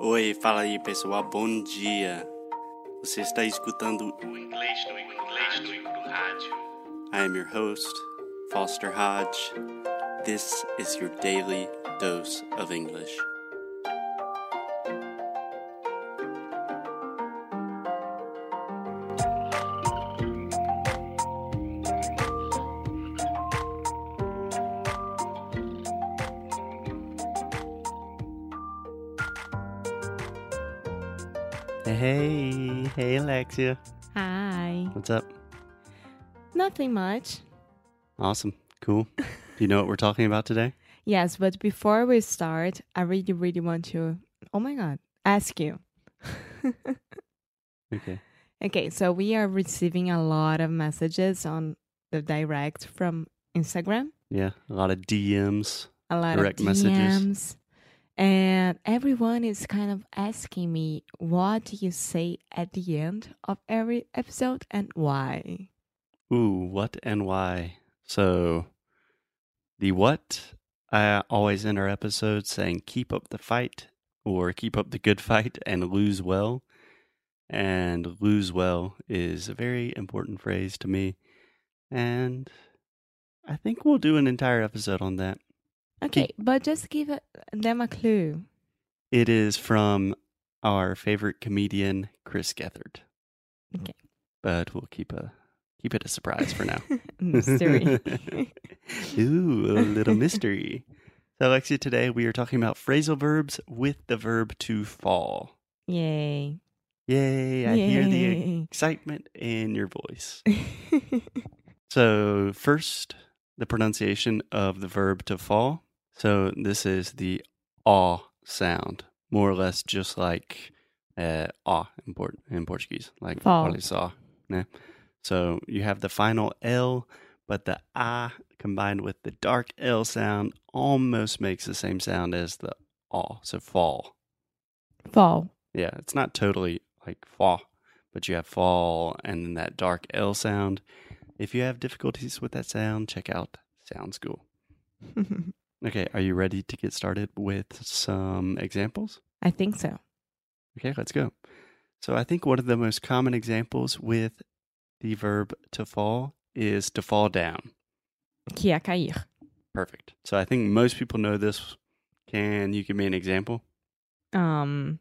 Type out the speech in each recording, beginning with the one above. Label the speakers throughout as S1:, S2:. S1: Oi, fala aí pessoal, bom dia. Você está escutando
S2: O inglês no inglês no rádio.
S1: I am your host, Foster Hodge. This is your daily dose of English. Hey, hey Alexia.
S3: Hi.
S1: What's up?
S3: Nothing much.
S1: Awesome. Cool. Do you know what we're talking about today?
S3: Yes, but before we start, I really, really want to, oh my God, ask you.
S1: Okay.
S3: okay, so we are receiving a lot of messages on the direct from Instagram,
S1: Yeah, a lot of DMs.
S3: a lot
S1: Direct
S3: of DMs.
S1: messages.
S3: And everyone is kind of asking me, what do you say at the end of every episode and why?
S1: Ooh, what and why? So, the what, I always end our episodes saying keep up the fight or keep up the good fight and lose well. And lose well is a very important phrase to me. And I think we'll do an entire episode on that.
S3: Okay, but just give uh, them a clue.
S1: It is from our favorite comedian, Chris Gethard.
S3: Okay.
S1: But we'll keep a keep it a surprise for now.
S3: Mystery.
S1: Ooh, a little mystery. So, Alexia, today we are talking about phrasal verbs with the verb to fall.
S3: Yay.
S1: Yay, I hear the
S3: Yay.
S1: excitement in your voice. So, first, the pronunciation of the verb to fall. So, this is the ah sound, more or less just like uh, ah in, Port- in Portuguese, like
S3: Fall.
S1: olha só, né? So, you have the final L, but the ah combined with the dark L sound almost makes the same sound as the ah. So, fall.
S3: Fall.
S1: Yeah, it's not totally like fall, but you have fall and then that dark L sound. If you have difficulties with that sound, check out Sound School. Okay, are you ready to get started with some examples?
S3: I think so.
S1: Okay, let's go. So I think one of the most common examples with the verb to fall is to fall down.
S3: Que ia cair.
S1: Perfect. So I think most people know this. Can you give me an example?
S3: Um,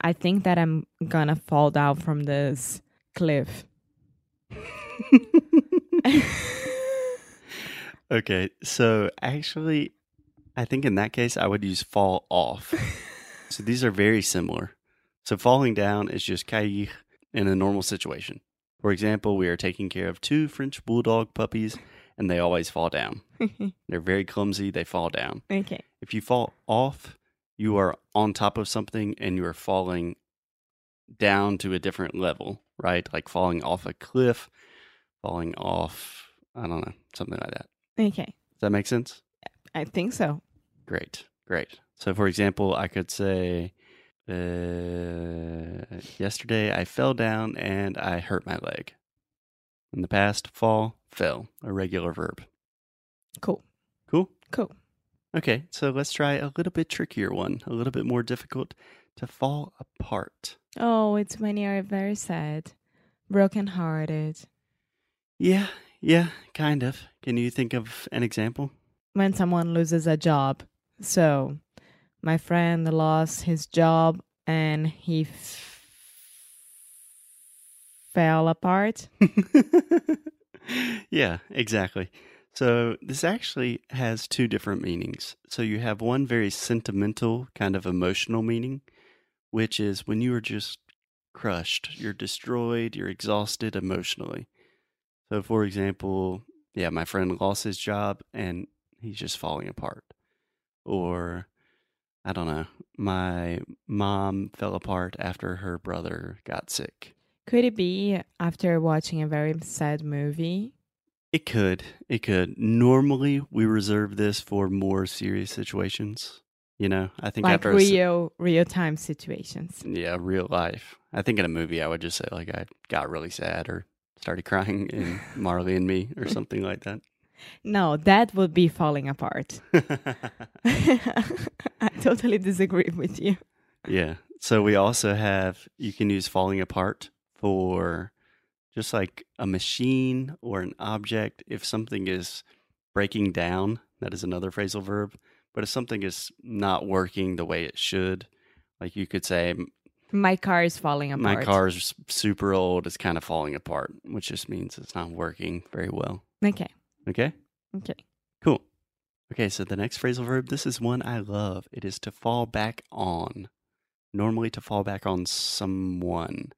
S3: I think that I'm gonna fall down from this cliff.
S1: Okay, so actually, I think in that case, I would use fall off. so these are very similar. So falling down is just cair in a normal situation. For example, we are taking care of two French bulldog puppies, and they always fall down. They're very clumsy, they fall down.
S3: okay.
S1: If you fall off, you are on top of something and you are falling down to a different level, right? Like falling off a cliff, falling off, I don't know, something like that.
S3: Okay.
S1: Does that make sense?
S3: I think so.
S1: Great, great. So, for example, I could say, uh, yesterday I fell down and I hurt my leg. In the past, fall, fell, a regular verb.
S3: Cool.
S1: Cool?
S3: Cool.
S1: Okay, so let's try a little bit trickier one, a little bit more difficult to fall apart.
S3: Oh, it's when you're very sad, broken hearted.
S1: Yeah, yeah, kind of. Can you think of an example?
S3: When someone loses a job. So, my friend lost his job and he f- fell apart.
S1: yeah, exactly. So this actually has two different meanings. So you have one very sentimental, kind of emotional meaning, which is when you are just crushed, you're destroyed, you're exhausted emotionally. So, for example, yeah, my friend lost his job and he's just falling apart. Or, I don't know, my mom fell apart after her brother got sick.
S3: Could it be after watching a very sad movie?
S1: It could. It could. Normally, we reserve this for more serious situations. You know, I think
S3: Like
S1: after a s-
S3: real real time situations.
S1: yeah, real life. I think in a movie, I would just say like I got really sad or started crying in Marley and Me or something like
S3: No, that would be falling apart.
S1: that.
S3: I totally disagree with you.
S1: yeah. So we also have you can use falling apart for just like a machine or an object if something is breaking down. That is another phrasal verb. But if something is not working the way it should, like you could say, "M-
S3: My car is falling apart.
S1: my car is super old, it's kind of falling apart, which just means it's not working very well.
S3: Okay.
S1: Okay?
S3: Okay.
S1: Cool. Okay, so the next phrasal verb, this is one I love. It is to fall back on. Normally to fall back on someone,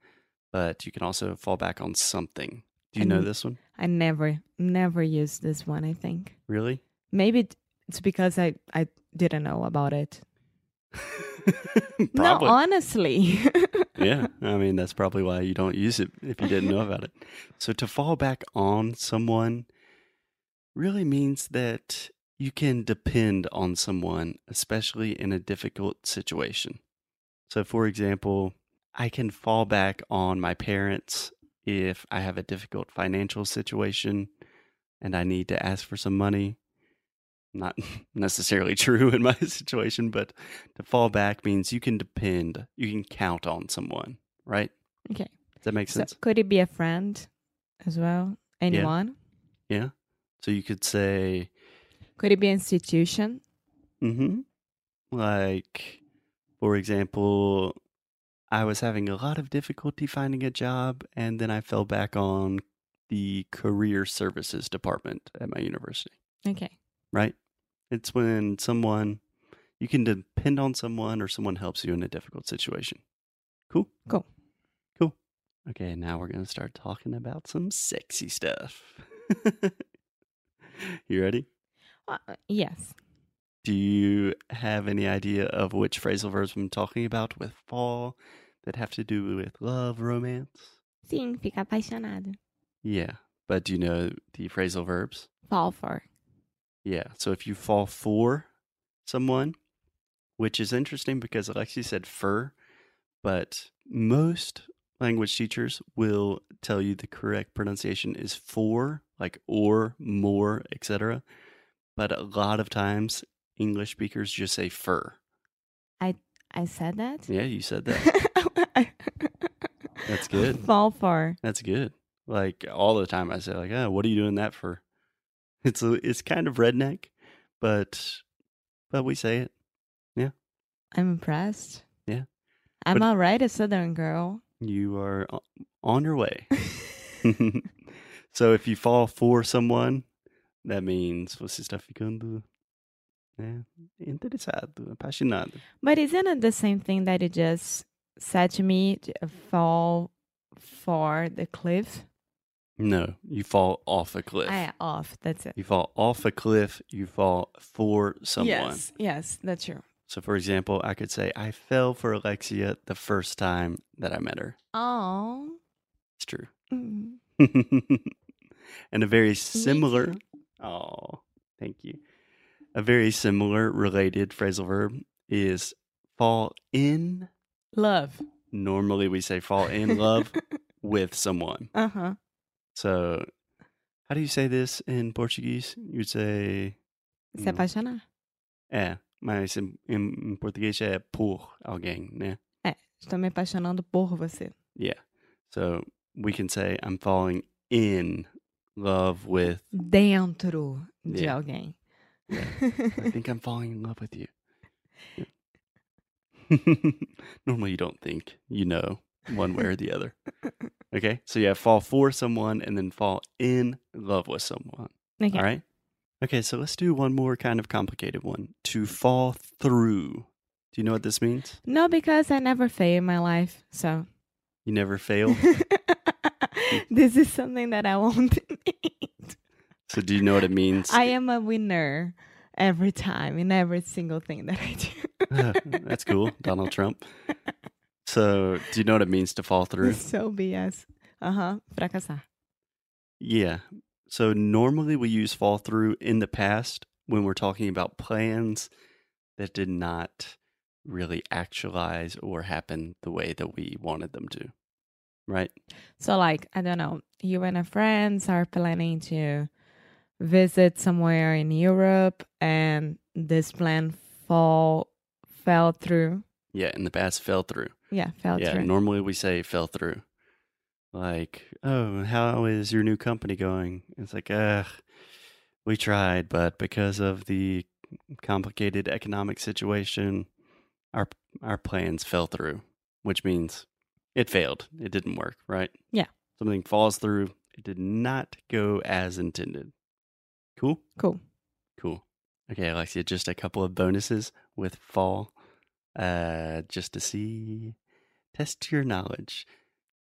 S1: but you can also fall back on something. Do you know
S3: And-
S1: this one?
S3: I never, never used this one, I think.
S1: Really?
S3: Maybe it- it's because I, I didn't know about it.
S1: Probably.
S3: No, honestly.
S1: yeah. I mean, that's probably why you don't use it if you didn't know about it. So to fall back on someone really means that you can depend on someone, especially in a difficult situation. So, for example, I can fall back on my parents if I have a difficult financial situation and I need to ask for some money. Not necessarily true in my situation, but to fall back means you can depend, you can count on someone, right?
S3: Okay.
S1: Does that make
S3: So
S1: sense?
S3: could it be a friend as well? Anyone?
S1: yeah. So you could say,
S3: Could it be institution?
S1: hmm Like, for example, I was having a lot of difficulty finding a job, and then I fell back on the career services department at my university,
S3: Okay.
S1: right? It's when someone, you can depend on someone or someone helps you in a difficult situation. Cool?
S3: Cool.
S1: Cool. Okay, now we're going to start talking about some sexy stuff. you ready?
S3: Uh, yes.
S1: Do you have any idea of which phrasal verbs I'm talking about with fall that have to do with love, romance?
S3: Sim, fica apaixonado.
S1: Yeah. But do you know the phrasal verbs?
S3: Fall for.
S1: Yeah. So if you fall for someone, which is interesting because Alexi said fur, but most language teachers will tell you the correct pronunciation is for, like or, more, etc. But a lot of times English speakers just say fur.
S3: I said that?
S1: Yeah, you said that. That's good.
S3: Fall for.
S1: That's good. Like all the time, I say like, "Oh, what are you doing that for?" It's a, it's kind of redneck, but but we say it.
S3: I'm impressed.
S1: Yeah.
S3: I'm
S1: But-
S3: alright, a southern girl.
S1: You are o- on your way. so if you fall for someone, that means você está ficando né, interessado, apaixonado.
S3: But isn't it the same thing that you just said to me? J- Fall for the cliff?
S1: No, you fall off a cliff.
S3: I uh, off. That's it.
S1: You fall off a cliff. You fall for someone.
S3: Yes, yes, that's true.
S1: So, for example, I could say, I fell for Alexia the first time that I met her.
S3: Oh.
S1: It's true.
S3: mm.
S1: and a very similar, oh, thank you. A very similar related phrasal verb is fall in.
S3: Love.
S1: Normally we say fall in love with someone.
S3: uh huh.
S1: So, how do you say this in Portuguese? You'd say,
S3: Se
S1: Mm. eh,
S3: apaixonar.
S1: é, mas em, em português é por alguém, né?
S3: Estou me apaixonando por você.
S1: Yeah. So we can say I'm falling in love with.
S3: Dentro de
S1: Yeah.
S3: alguém.
S1: I think I'm falling in love with you. Yeah. Normally you don't think, you know, one way or the other. Okay. So yeah, fall for someone and then fall in love with someone.
S3: okay.
S1: All right. Okay. So let's do one more kind of complicated one to fall through. Do you know what this means?
S3: No, because I never fail in my life, so
S1: You never fail.
S3: this is something that I won't need.
S1: so do you know what it means?
S3: I am a winner every time in every single thing that I
S1: Uh,
S3: do.
S1: That's cool, Donald Trump. So, do you know what it means to fall through?
S3: so BS. Uh huh. Fracassar.
S1: Yeah. So, normally we use fall through in the past when we're talking about plans that did not really actualize or happen the way that we wanted them to. Right?
S3: So like I don't know, you and a friends are planning to visit somewhere in Europe, and this plan fall fell through
S1: yeah, in the past fell through.
S3: Yeah, felt
S1: yeah,
S3: through.
S1: normally we say fell through. Like, oh, how is your new company going? It's like, uh, we tried, but because of the complicated economic situation, our our plans fell through, which means it failed. It didn't work, right?
S3: Yeah.
S1: Something falls through. It did not go as intended. Cool?
S3: Cool.
S1: Cool. Okay, Alexia, just a couple of bonuses with fall, uh, just to see, test your knowledge.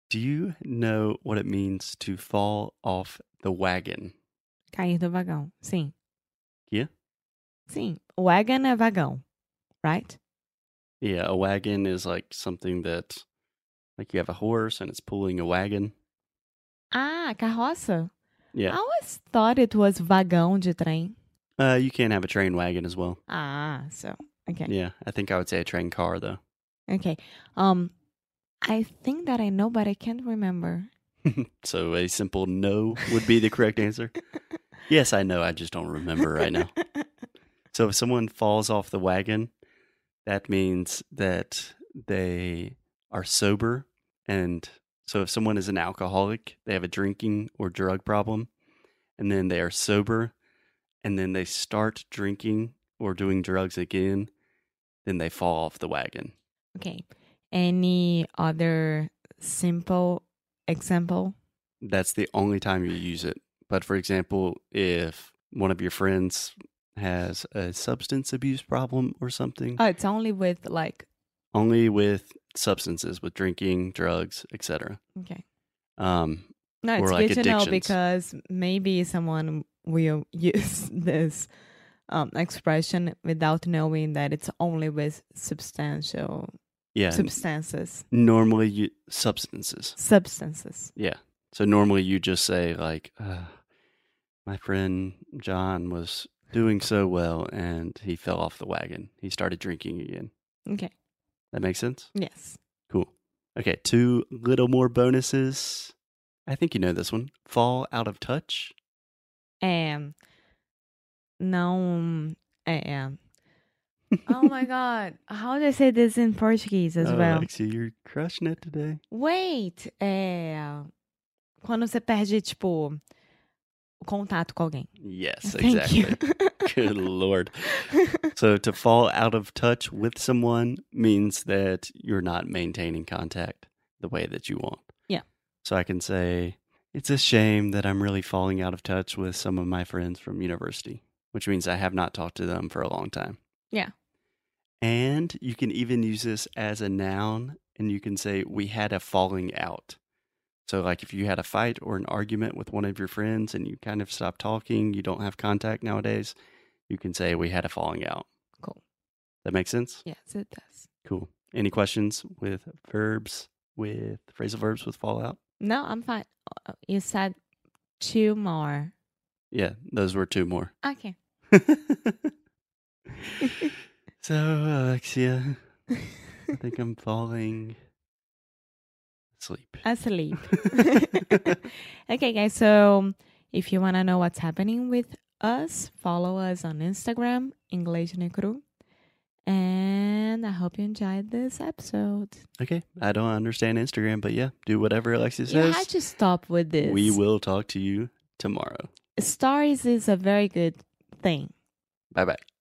S1: Do you know what it means to fall off the wagon?
S3: Cair do vagão. Sim.
S1: Yeah?
S3: Sim. Wagon é vagão, right?
S1: Yeah, a wagon is like something that, like you have a horse and it's pulling a wagon.
S3: Ah, carroça. I
S1: Yeah.
S3: always thought it was vagão de trem.
S1: Uh, you can have a train wagon as well.
S3: Ah, so okay.
S1: Yeah, I think I would say a train car though.
S3: Okay. Um, I think that I know, but I can't remember.
S1: So a simple no would be the correct answer. Yes, I know. I just don't remember right now. So if someone falls off the wagon, that means that they are sober. And so if someone is an alcoholic, they have a drinking or drug problem, and then they are sober, and then they start drinking or doing drugs again, then they fall off the wagon.
S3: okay. Any other simple example?
S1: That's the only time you use it. But for example, if one of your friends has a substance abuse problem or something,
S3: Oh, it's only with like
S1: only with substances, with drinking, drugs, etc.
S3: okay.
S1: Um,
S3: No, it's
S1: Or, like,
S3: good to know
S1: addictions.
S3: because maybe someone will use this um, expression without knowing that it's only with substantial
S1: yeah, n-
S3: substances.
S1: normally you, substances.
S3: Substances.
S1: Yeah. So normally you just say like, uh, my friend John was doing so well and he fell off the wagon. He started drinking again.
S3: Okay.
S1: That makes sense.
S3: Yes.
S1: Cool. Okay, two little more bonuses. I think you know this one. Fall out of touch.
S3: É. Não. É. oh my god. How do I say this in Portuguese as
S1: Oh,
S3: well?
S1: Alexia, you're crushing it today.
S3: Wait. É. Quando você perde, tipo, o contato com alguém.
S1: Yes,
S3: Thank you.
S1: exactly. Good lord. So to fall out of touch with someone means that you're not maintaining contact the way that you want.
S3: Yeah.
S1: So I can say it's a shame that I'm really falling out of touch with some of my friends from university, which means I have not talked to them for a long time.
S3: Yeah.
S1: And you can even use this as a noun and you can say we had a falling out. So like if you had a fight or an argument with one of your friends and you kind of stopped talking, you don't have contact nowadays, you can say we had a falling out.
S3: Cool.
S1: That makes sense?
S3: yes, it does.
S1: Cool. Any questions with verbs, with phrasal verbs with fallout?
S3: No, I'm fine. Uh, You said two more.
S1: Yeah, those were two more.
S3: Okay.
S1: so, Alexia, I think I'm falling asleep.
S3: Asleep. okay, guys. So if you want to know what's happening with us, follow us on Instagram, English Necru. And I hope you enjoyed this episode.
S1: okay, I don't understand Instagram, but yeah, do whatever Alexia
S3: You had
S1: says.
S3: to stop with this.
S1: We will talk to you tomorrow.
S3: Stories is a very good thing.
S1: Bye bye.